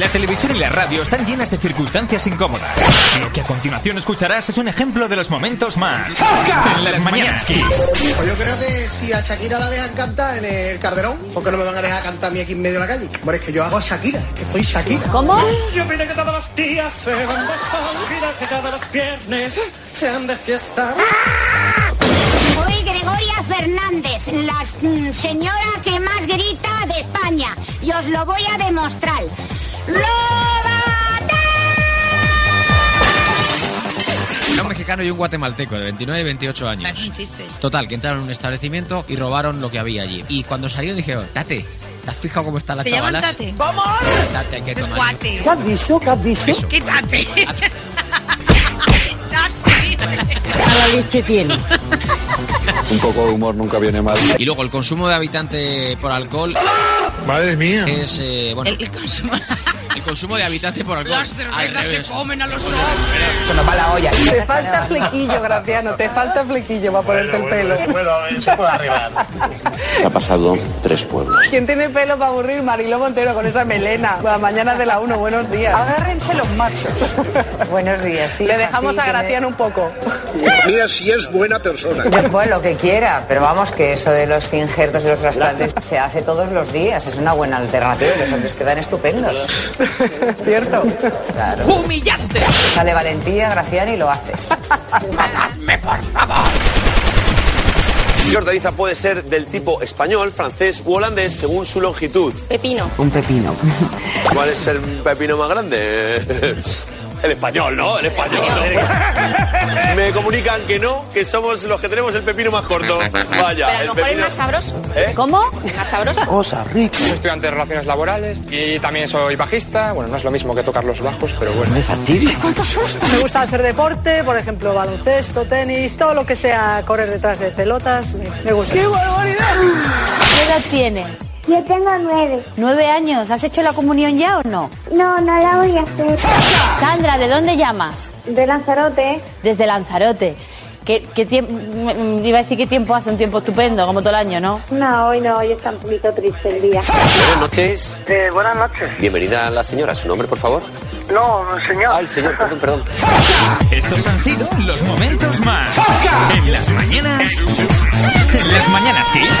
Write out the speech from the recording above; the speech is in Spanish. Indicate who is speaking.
Speaker 1: La televisión y la radio están llenas de circunstancias incómodas. Lo que a continuación escucharás es un ejemplo de los momentos más. En las mañanas Kiss.
Speaker 2: Pues yo creo que si a Shakira la dejan cantar en el Calderón, ¿por qué no me van a dejar cantar a mí aquí en medio de la calle? Bueno, es que yo hago Shakira, es que soy Shakira.
Speaker 3: ¿Cómo?
Speaker 4: Yo vine que todos los días se van de salida, que todos los viernes se han de fiesta.
Speaker 5: Soy Gregoria Fernández, la mm, señora que más grita de España. Y os lo voy a demostrar. ¡Róbate!
Speaker 6: Un mexicano y un guatemalteco de 29 y 28 años.
Speaker 7: un chiste.
Speaker 6: Total, que entraron en un establecimiento y robaron lo que había allí. Y cuando salieron dijeron, Tate, ¿te has fijado cómo están las
Speaker 7: Se llaman
Speaker 6: chavalas?
Speaker 7: tate.
Speaker 6: Tate, hay que
Speaker 7: Es
Speaker 6: tomar.
Speaker 7: cuate.
Speaker 2: has dicho? ¿Qué has dicho?
Speaker 6: Eso.
Speaker 7: ¿Qué tate? Tate.
Speaker 3: A la leche tiene.
Speaker 8: Un poco de humor nunca viene mal.
Speaker 6: Y luego, el consumo de habitante por alcohol
Speaker 8: Madre mía.
Speaker 6: es, eh, bueno,
Speaker 7: El, el consumo.
Speaker 6: el consumo de habitante por alcohol.
Speaker 7: Las
Speaker 6: al
Speaker 7: cervezas se
Speaker 6: revés.
Speaker 7: comen a los hombres.
Speaker 2: Se nos va la olla.
Speaker 9: Te falta flequillo, Graciano, te falta flequillo para ponerte el pelo.
Speaker 8: Ha pasado tres pueblos.
Speaker 9: ¿Quién tiene pelo para aburrir? Mariló Montero con esa melena. La mañana de la 1, buenos días.
Speaker 2: Agárrense los machos.
Speaker 3: Buenos días. Sí,
Speaker 9: Le dejamos a Graciano un poco.
Speaker 4: Mira si es buena persona.
Speaker 3: Bueno, lo que quiera, pero vamos, que eso de los injertos y los trasplantes se hace todos los días. Es una buena alternativa y los hombres quedan estupendos.
Speaker 9: ¿Cierto?
Speaker 3: Claro.
Speaker 7: ¡Humillante!
Speaker 3: Sale valentía, Graciano, y lo haces.
Speaker 4: Jordaniza puede ser del tipo español, francés u holandés según su longitud.
Speaker 7: Pepino.
Speaker 3: Un pepino.
Speaker 4: ¿Cuál es el pepino más grande? El español, ¿no? El español. ¿no? Me comunican que no, que somos los que tenemos el pepino más corto. Vaya,
Speaker 7: Pero a lo
Speaker 4: el
Speaker 7: mejor es
Speaker 4: pepino-
Speaker 7: más sabroso.
Speaker 4: ¿Eh?
Speaker 9: ¿Cómo?
Speaker 7: Más sabroso.
Speaker 2: Cosa rica.
Speaker 10: Soy estudiante de relaciones laborales y también soy bajista. Bueno, no es lo mismo que tocar los bajos, pero bueno.
Speaker 9: Me gusta hacer deporte, por ejemplo, baloncesto, tenis, todo lo que sea correr detrás de pelotas. Me, me gusta. ¡Qué barbaridad!
Speaker 3: ¿Qué edad tienes?
Speaker 5: Yo tengo nueve.
Speaker 3: ¿Nueve años? ¿Has hecho la comunión ya o no?
Speaker 5: No, no la voy a hacer.
Speaker 3: Sandra, ¿de dónde llamas?
Speaker 5: De Lanzarote.
Speaker 3: Desde Lanzarote. ¿Qué, qué tiempo? Iba a decir qué tiempo hace, un tiempo estupendo, como todo el año, ¿no?
Speaker 5: No, hoy no, hoy está un poquito triste el día.
Speaker 4: Buenas noches.
Speaker 9: Eh, buenas noches.
Speaker 4: Bienvenida a la señora. ¿Su nombre, por favor?
Speaker 9: No, señor.
Speaker 4: Ah, el señor, perdón, perdón.
Speaker 1: Estos han sido los momentos más. En las mañanas. En las mañanas Kiss.